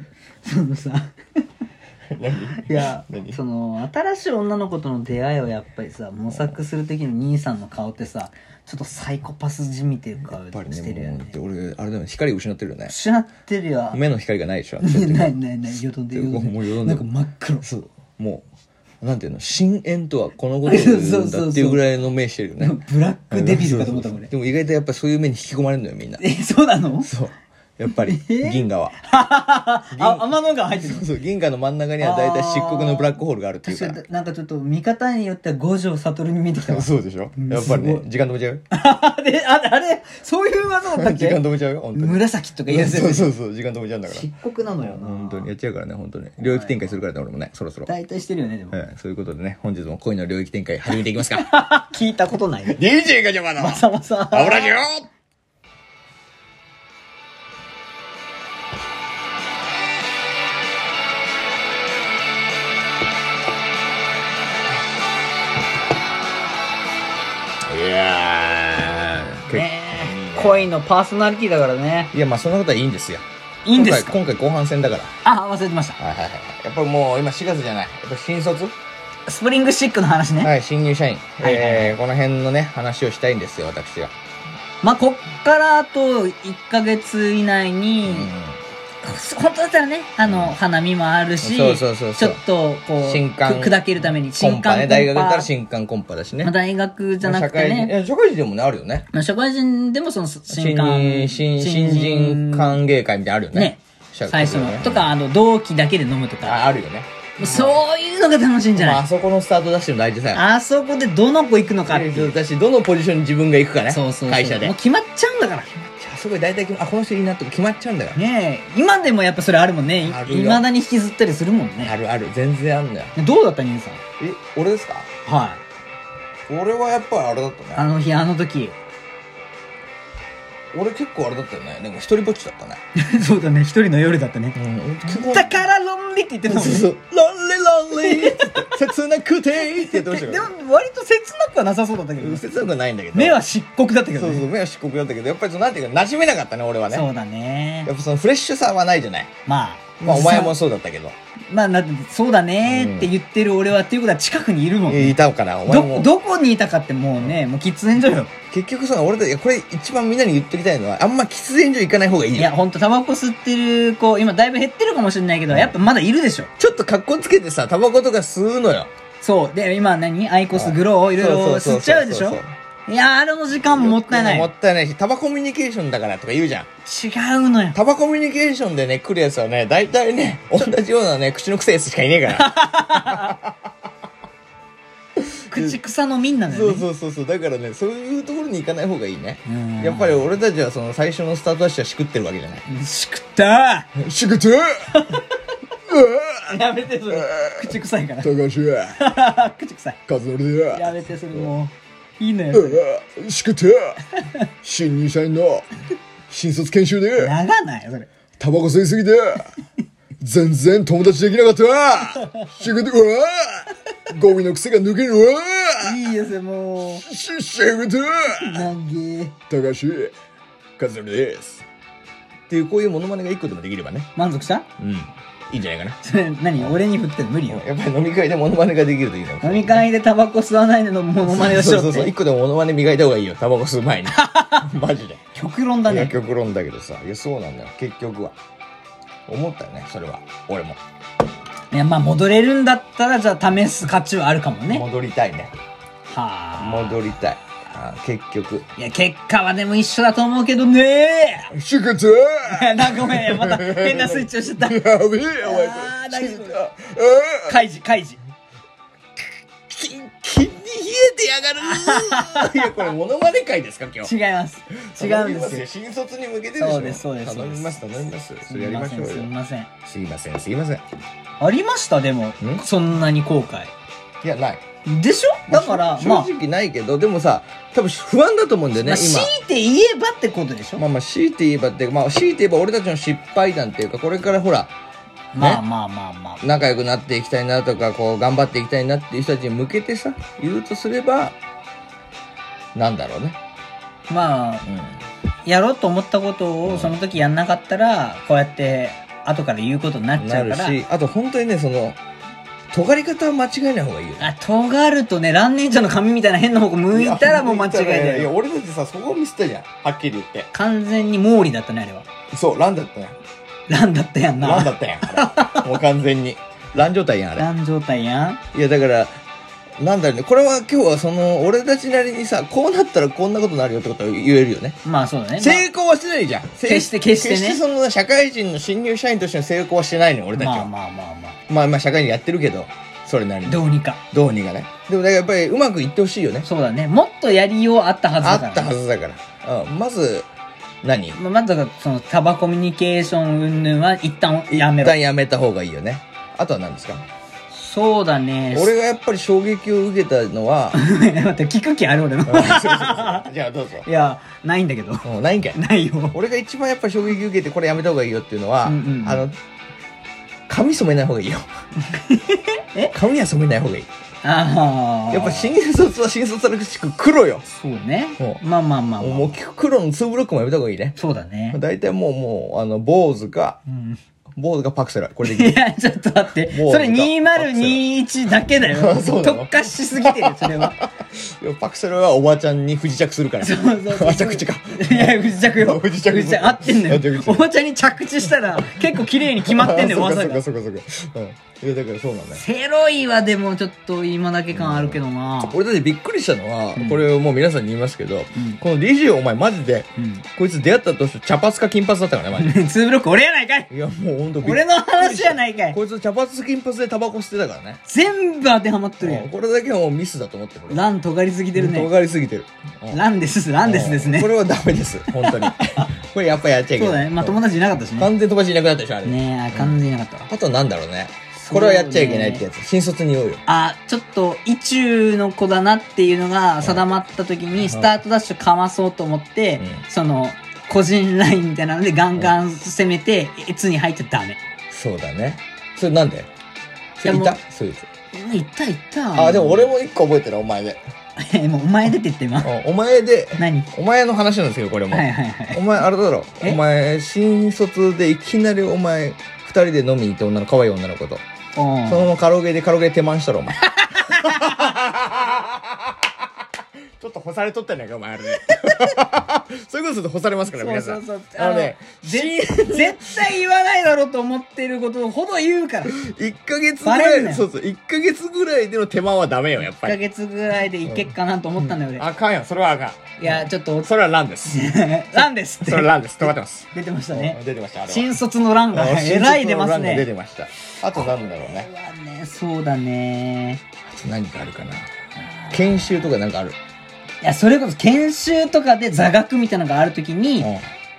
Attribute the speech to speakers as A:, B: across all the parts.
A: そのさ
B: 何
A: いや
B: 何
A: その新しい女の子との出会いをやっぱりさ模索する時の兄さんの顔ってさちょっとサイコパスじみっていうか
B: やっぱり
A: してる
B: ね
A: よ
B: もう
A: ね
B: で俺あれだよね光失ってるよね
A: 失ってるよ
B: 目の光がないでしょ
A: ないないないよどんでよどんで
B: もうよどんで
A: な
B: る
A: んか真っ黒
B: そうもうなんていうの深淵とはこのことを言 うんだっていうぐらいの目してるよね
A: なんかブラックデビルかと思ったもん俺
B: でも意外とやっぱそういう目に引き込まれるのよみんな
A: え そうなの
B: そうやっぱり
A: え
B: 銀河は
A: あ天の川入ってるの
B: そう銀河の真ん中には大体漆黒のブラックホールがあるっていう
A: 確
B: か
A: からになんかちょっと見方によっては五条悟に見えてきたわ
B: そうでしょやっぱ
A: す
B: りね
A: ご
B: 時間止めちゃうよ
A: あれあれあれそういう技だったっ
B: 時
A: け
B: 間止めちゃうよ本当に
A: 紫とか言うやつ
B: そうそうそう時間止めちゃうんだから
A: 漆黒なのよな
B: 本当にやっちゃうからね本当に領域展開するからね俺もねそろそろ
A: 大体してるよねでも、
B: はいそういうことでね本日も恋の領域展開始めていきますか
A: 聞いたことないね
B: DJ が邪魔だ
A: まさまさ
B: あおらじよいやーけ
A: ねえ恋のパーソナリティだからね
B: いやまあそんなことはいいんですよ
A: いいんですか
B: 今回今回後半戦だから
A: あ忘れてました
B: はいはいはいやっぱりもう今4月じゃないやっぱ新卒
A: スプリングシックの話ね、
B: はい新入社員、
A: はいはいはい
B: えーこの辺のね話をしたいんですよ私が、
A: まあこっからあと1ヶ月以内に、本当だったらねあの、
B: うん
A: 花見もあるし
B: そうそうそうそう
A: ちょっとこう
B: 新刊
A: く砕けるために
B: コンパね大学だったら
A: 新
B: 新刊コンパだしね
A: 刊コンパまあ大学じゃなくて
B: 社会人い
A: ね、
B: や社会人でもねあるよね
A: まあ、社会人でもその新
B: 新
A: 刊
B: 人新新人歓迎会みたいなのあるよね
A: ね
B: 社
A: 最
B: 会人
A: 初
B: ね
A: の、とかあの同期だけで飲むとか
B: ああるよね
A: そういうのが楽しいんじゃ
B: まあ
A: ない、
B: あそこのスタートダッシュの大事さよ
A: あそこでどの子行くのかっていう。
B: 私どのポジションに自分が行くかね
A: そうそうそう。
B: 会社で
A: もう決まっちゃうんだから。
B: あそこで大体決まあこの人いいなとか決まっちゃうんだよ
A: ねえ、今でもやっぱそれあるもんね
B: あ。るよ
A: いまだに引きずったりするもん
B: あ
A: ね。
B: るある全然あんのよ
A: どうだった、兄さん。
B: え俺ですか
A: はい。
B: 俺はやっぱりあれだったね
A: あの日、あの時。
B: 俺結構あれだったよねでも一人ぼっちだったね
A: そうだね、一人の夜だったね。
B: うん結 構
A: だからロンリーって言ってた
B: そう
A: もんね。
B: そう「ロンリロンリ」って言って「切なくて」って言ってました
A: で
B: けど
A: も、割と切なくはなさそうだったけどね。
B: 切なくはないんだけど
A: 目は漆黒だったけど
B: そう
A: ね。
B: そう目は漆黒だったけどやっぱりそのなんていうか馴染めなかったね俺はね
A: そうだね
B: や。っぱそのフレッシュさはないじゃない
A: まあ。
B: まあお前も。そうだったけど
A: まあ、なそうだねって言ってる俺は、っていうことは近くにいるもんね。
B: いたのかなお前
A: ど
B: も
A: どこにいたかってもうねもう喫煙所よ
B: 結局さ俺たちこれ一番みんなに言っときたいのはあんま喫煙所行かない方がいい
A: い
B: よ
A: やほんとタバコ吸ってる子今だいぶ減ってるかもしれないけど、やっぱまだいるでしょ
B: ちょっと格好つけてさタバコとか吸うのよ
A: そうで今何アイコスグローいろいろ
B: そう
A: 吸
B: そうそうそう
A: っちゃうでしょ
B: そうそう
A: いやあれの時間ももったいない
B: もったいないしタバコミュニケーションだからとか言うじゃん
A: 違うのよ
B: タバコミュニケーションでね来るやつはね大体ね同じようなね口の臭いやつしかいねえから
A: 口草のみんなだ
B: そ
A: よ
B: う
A: ね
B: そうそうそうだからねそういうところに行かない方がいいね
A: うん
B: やっぱり俺たちはその最初のスタートダッシュはしくってるわけじゃない
A: しくった
B: しくてうわ
A: ーやめてそれ口臭いか
B: 高橋
A: ら 口臭い
B: 和則だ
A: やめてそれもういいのよそれ
B: うわしくて新入社員の新卒研修で
A: ならないよそれ
B: タバコ吸いすぎて全然友達できなかったしくてうわゴミの癖が抜けるうわ
A: いいよそれも
B: ししくて
A: うなんげ
B: 高橋和則ですっていうこういうモノマネが一個でもできればね
A: 満足した
B: うんいいんじゃないかな
A: それ何俺に振ってんの無理よ
B: やっぱり飲み会でモノマネができるといいの
A: 飲み会でタバコ吸わないののモノマネをし
B: そう
A: ろ
B: そ
A: っ
B: うそう一
A: て
B: 個でもモノマネ磨いた方がいいよタバコ吸 う前にマジで
A: 極論だ
B: いや
A: ね
B: 極論だけどさいやそうなんだよ結局は思ったよねそれは俺も
A: いやまあ戻れるんだったらじゃあ試す価値はあるかもね
B: 戻りたいね
A: はあ
B: 戻りたいあー結局
A: いや結果はでも一緒だと思うけどね
B: 祝日
A: なんかごめんまた変なスイッチをしちゃった
B: やべえお
A: 前あー大丈夫 開示開示
B: ききに冷えてやがるいやこれモノマネ会ですか今日
A: 違います違うんですよ
B: すよ新卒に向けてでしょ
A: そうですそうです
B: 頼みます頼みますそ
A: す
B: れ
A: み
B: やり
A: ま
B: ま
A: せ
B: しょ
A: ん
B: う
A: す
B: よ
A: みません
B: すいませんすいません
A: ありましたでもそんなに後悔
B: いやない
A: でしょだから
B: 正
A: まあ
B: 正直ないけど、でもさ多分不安だと思うんだよね、
A: まあ強いて言えばってことでし
B: 今
A: ょ
B: まあまあ強いて言えばってまあ強いて言えば俺たちの失敗談っていうかこれからほら
A: まあまあまあまあ
B: 仲良くなっていきたいなとかこう頑張っていきたいなっていう人たちに向けてさ言うとすればなんだろうね
A: まあ
B: うん
A: やろうと思ったことをその時やんなかったらこうやって後から言うことになっち
B: な
A: ゃう
B: る
A: から
B: しあと本当にねその尖り方は間違えない方がいいよね
A: あ尖るとね蘭姉ちゃんの髪みたいな変な方向向いたらもう間違いだ
B: いや
A: よ
B: 俺だってさそこを見せたじゃんはっきり言って
A: 完全に毛利だったねあれは
B: そうランだった やん
A: 蘭だったやんな
B: ランだったやん あれもう完全にラン状態やんあれ
A: 蘭状態やん
B: いやだからなんだろうねこれは今日はその俺たちなりにさこうなったらこんなことになるよってことは言えるよね
A: まあそうだね
B: 成功はしてないじゃんせい
A: 決して決してね
B: 決してその社会人の新入社員としての成功はしてないのよ俺たち
A: まあ
B: は、
A: まあまあま
B: まあまあ社会人やってるけどそれなり
A: あ
B: に
A: どうにか
B: どうにかねでもだからやっぱりうまくいってほしいよね
A: そうだねもっとやりようあったはず
B: あ
A: だから
B: ったはずだから、うん、まず何
A: まあまずだからそのタバコミュニケーション云々は一旦やめ
B: 一
A: ろ
B: 旦やめた方がいいよねあとは何ですか
A: そうだね
B: 俺がやっぱり衝撃を受けたのは
A: 待って聞く気ある俺の
B: うんそうそうそうじゃあどうぞ
A: いやないんだけど
B: もうないんかい
A: ないよ
B: 俺が一番やっぱ衝撃受けてこれやめた方がいいよっていうのは、
A: うんうんうん
B: あの髪染めない方がいいよ
A: え
B: 髪は染めない方がいい
A: ああ
B: やっぱ新卒は新卒らしく黒よ
A: そうね
B: もう
A: まあまあまあ、まあ、
B: もう黒の2ブロックもやめた方がいいね
A: そうだね、
B: 大体もうもうあの坊主か
A: うん、
B: 坊主かパクセラこれでい い
A: いやちょっと待って
B: もう
A: それ2021だけだよ
B: そうなの
A: 特化しすぎてるそれは
B: いやパクセルはおばちゃんに不時着するから。
A: そうそうそう
B: あ着地か。
A: いや不時着よ
B: 不時着
A: 合ってんの
B: 不時
A: よ
B: 着
A: おもちゃに着地したら結構綺麗に決まってんのよ
B: あ
A: 技
B: そう
A: が
B: かそうかそうかそうか。うん。いや、だからそうなんだよ。
A: セロイはでもちょっと今だけ感あるけどな、
B: 俺だってびっくりしたのは、
A: うん
B: これをもう皆さんに言いますけど、
A: ん
B: この DJ お前マジで、
A: うん
B: こいつ出会った年茶髪か金髪だったからね、マジで。
A: ツーブロック俺やないかい
B: いや、もうほんとびっくり
A: 俺の話やないかい
B: こいつ茶髪金髪でタバコ吸ってたからね。
A: 全部当てはまっとるや
B: うん
A: ん
B: これだけはもうミスだと思ってる。俺
A: ラン尖りすぎてるね
B: 尖りすぎてる。うん
A: ランですランですですね
B: これはダメです、本当 に。これやっぱやっちゃいけ
A: そう
B: ない。
A: だねまあ友達いなかったしね
B: 完全飛ばしいなくなったでしょ、あれ。
A: ねえあ完全いなかったわ
B: あとなんだろうね。
A: そうね
B: これはやっちゃいけないってやつ。新卒に言おうよ。
A: あちょっと意中の子だなっていうのが定まった時にスタートダッシュかまそうと思って
B: う
A: その個人ラインみたいなのでガンガン攻めていつに入っちゃダメ
B: そうだね。それなんでそれい
A: いや
B: た
A: も
B: そういうやつ。
A: いったいった
B: あ、でも俺も一個覚えてる、お前で。
A: えもうお前出てって今
B: お前で、
A: 何
B: お前の話なんですけど、これも。
A: はいはいはい
B: お前、あれだろ。
A: え
B: お前、新卒でいきなりお前、二人で飲みに行って女の可愛い女の子と。
A: おう
B: そのままカラオケでカラオケで手満した ろ、お前。ちょっと干されとったんやか、お 前、あれね。そういうことすると干されますから、皆さん。
A: そうそうそう
B: あのね、
A: ぜ絶対言わないだろうと思ってることをほど言うから1
B: 1ヶ月ぐ
A: バレんな
B: らい、
A: よ
B: そうそう、1ヶ月ぐらいでの手間はダメよ、やっぱ
A: ヶ
B: り。
A: 月ぐらいでいけっかなと思ったんだよ俺
B: あかんよ、それはあか
A: いやちょっと
B: ん。それはランです。
A: ランですって
B: それはランです。止まってます。
A: 出てましたね
B: 出てました、あれは。
A: 新卒のランが偉い出ます
B: 新卒のランが出
A: ね
B: てました。あとなんだろうね。
A: うわねそうだね
B: あと何かあるかな。研修とかなんかある。
A: いやそれこそ研修とかで座学みたいなのがあるときに、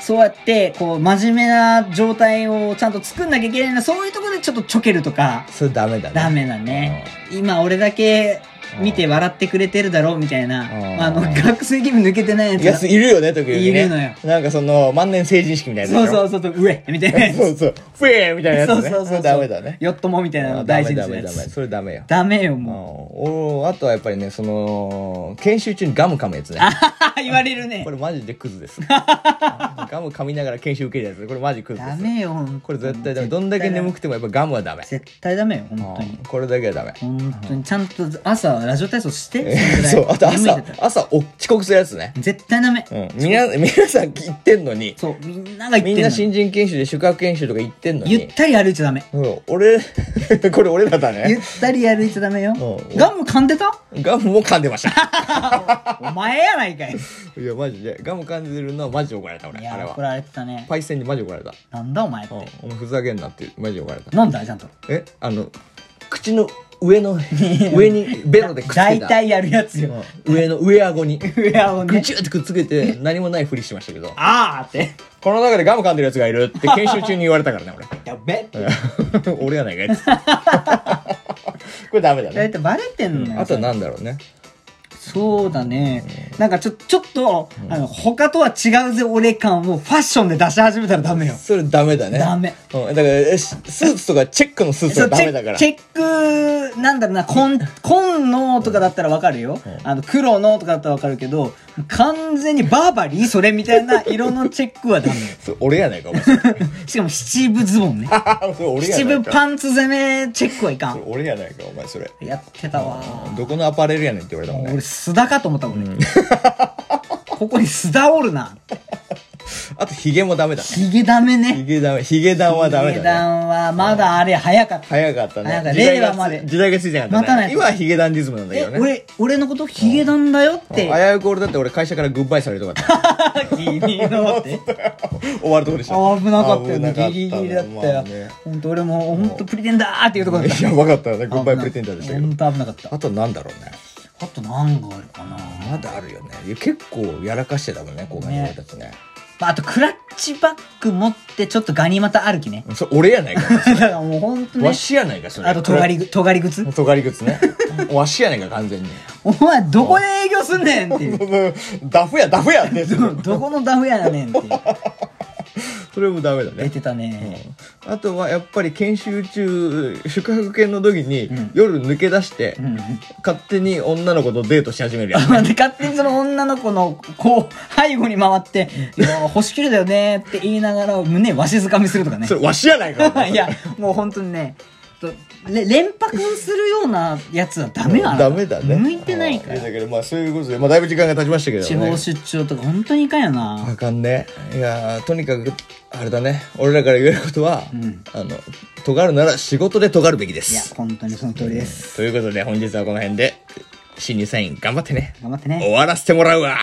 A: そうやってこう真面目な状態をちゃんと作んなきゃいけないなそういうところでちょっとちょけるとか
B: それダメだね。
A: ダメだね。今俺だけ見て笑ってくれてるだろうみたい
B: うん
A: な。あの、学生義務抜けてない
B: いや
A: やつ
B: つ
A: が。
B: いるよね、時々ね。
A: いるのよ
B: なんかその、万年成人式みたいな。
A: そうそううそうそう、上みたいなやつ。
B: そうそう。ふえーみたいなやつ
A: そう
B: ね。
A: そう
B: そ
A: そ
B: れ
A: う。
B: ダメだね。
A: よっともみたいな
B: う
A: の
B: ん
A: 大事に
B: ダ
A: する
B: メ
A: や
B: ダメダメ。
A: つ。
B: それダメよ。
A: ダメよ、
B: うん
A: も
B: おあとはやっぱりね、その、研修中にガム噛むやつね。
A: う。 言われるね
B: こ。れマジでク ズです。ガム噛みながら研修受けるやつ。これマジクズで
A: ダ
B: す。
A: メよ、ほんと
B: これ絶対ダメ。どんだけ眠くてもやっぱガムはダメ。
A: 絶対ダメよ、本当
B: うん
A: に。
B: これだけはダメ。
A: 本当に。ちゃんと朝、ラジオ体操して。そ
B: そ
A: のぐ、
B: う
A: らい
B: あと
A: 眠いん
B: 朝
A: だった、ら
B: 朝お遅刻するやつね。
A: 絶対ダメ。
B: うん。みな、皆さん言ってんのに。
A: そう、みんなが言って
B: み
A: る。
B: んな新人研修で宿泊研修とか行ってんの
A: ゆっ
B: に。
A: たり歩いちゃダメ。
B: うん、俺、 これ俺らだ
A: ゆっ
B: ね。
A: たり歩いちゃダメよ
B: う。ん
A: ガム噛んでた
B: ガムも噛んでました。
A: お前やないかい。
B: いや、マジで。ガム噛んでるのはマジで怒られた、俺。
A: い
B: あれ
A: や、怒
B: は。
A: られてたね。
B: パイセンにマジ怒られた。
A: なんだお前って
B: うん。。お前ふざけんなって、マジで怒られた。
A: 飲んだちゃんと。
B: えあの口の上 の上にベロでくっつけた
A: 大体やるやつよ。
B: うん上の上顎に
A: 上を
B: ぐ
A: ね。
B: ちゅってくっつけて何もないふりしてましたけど
A: あーって。
B: この中でガム噛んでるやつがいるって研修中に言われたからね
A: やっべ。
B: 俺 俺やないかいっつってこれダメだ
A: だい
B: ね
A: たいバレてんのよ。
B: あとはなんだろうね
A: そうだね。なんかちょ、ちょっと、あの、他とは違うぜ、俺感をファッションで出し始めたらダメよ。
B: それダメだね。
A: ダメ
B: うん。だから、えしスーツとかチェックのスーツ
A: そ
B: は
A: う
B: ダ
A: チ
B: メ
A: ェ
B: だか
A: ッ
B: ら。
A: チェック、なんだろう な、紺、紺のとかだったらわかるよ。あの、黒のとかだったらわかるけど、完全にバーバリーそれみたいな色のチェックはダメ よ。
B: それ俺やないか、お前。それ
A: しかも七分ズボンね。
B: それ俺や
A: 七
B: ない
A: 分
B: か。
A: パンツ攻めチェックはいか
B: それ
A: ん。
B: 俺やないか、お前、それ。
A: やってたわ。
B: どこのアパレルやねんって言われたもん
A: 俺、
B: ね。
A: 須田かと思ったもんね。 ここに須田おるな。
B: あと、ヒゲもダメだね。
A: ヒゲダメね
B: ヒ。ゲダメ。ヒゲダンはダメ
A: ヒゲ
B: だね。
A: ダンは、まだあれ早かった。
B: 早かったね。
A: 早かった
B: 時代が
A: 令和まで
B: 時代がついてなかっ
A: 待た
B: た
A: ない
B: ね。
A: と
B: 今はヒゲダンディズムなんだけ
A: え、
B: どね。
A: 俺、俺のことヒゲダンだよって。
B: 危うく俺だって俺会社からグッバイされるとかだっ
A: 君のって。
B: た 終わるとこでした
A: 危なかったよね
B: 危なか
A: ギリギリだった
B: まあ
A: よ
B: ね
A: 本当俺も本当プリテンダーっていうとこだった
B: いや分かったねグッバイプレテンダーでしたけど
A: 本当危なかった
B: あとなんだろうね
A: あと何があるかな
B: まだあるよねいや結構やらかしてたもんね後輩の俺たちね
A: まああとクラッチバッグ持ってちょっとガニ股歩きね
B: それ俺やないか
A: だからもう本当
B: わ
A: ね
B: しやないかそれ
A: あと尖りぐ尖り靴
B: とがり靴ね わしやないか完全に
A: お前どこで営業すんねんっていう
B: ダフやダフやって
A: どこのダフ屋やねんっていう
B: それもダメだ
A: 出
B: ね
A: てたね
B: あとはやっぱり研修中宿泊券の時に夜抜け出して勝手に女の子とデートし始めるやつ
A: で勝手にその女の子のこう背後に回って「いや星切るだよね」って言いながら胸わしづかみするとかね
B: それわし やないかお 前
A: いやもう本当にねとれ連泊するようなやつはダメなの
B: ダメだね
A: 向いてないか
B: うんや
A: ら
B: だけどまあそういうことでまあだいぶ時間が経ちましたけどね
A: 地方出張とか本当にいかんよな、
B: あかんねいやーとにかくあれだね俺らから言えることは、あの尖るなら仕事で尖るべきで
A: いや
B: す
A: 本当にその通りです
B: ということで本日はこの辺で新入社員頑張ってね
A: 頑張ってね
B: 終わらせてもらうわ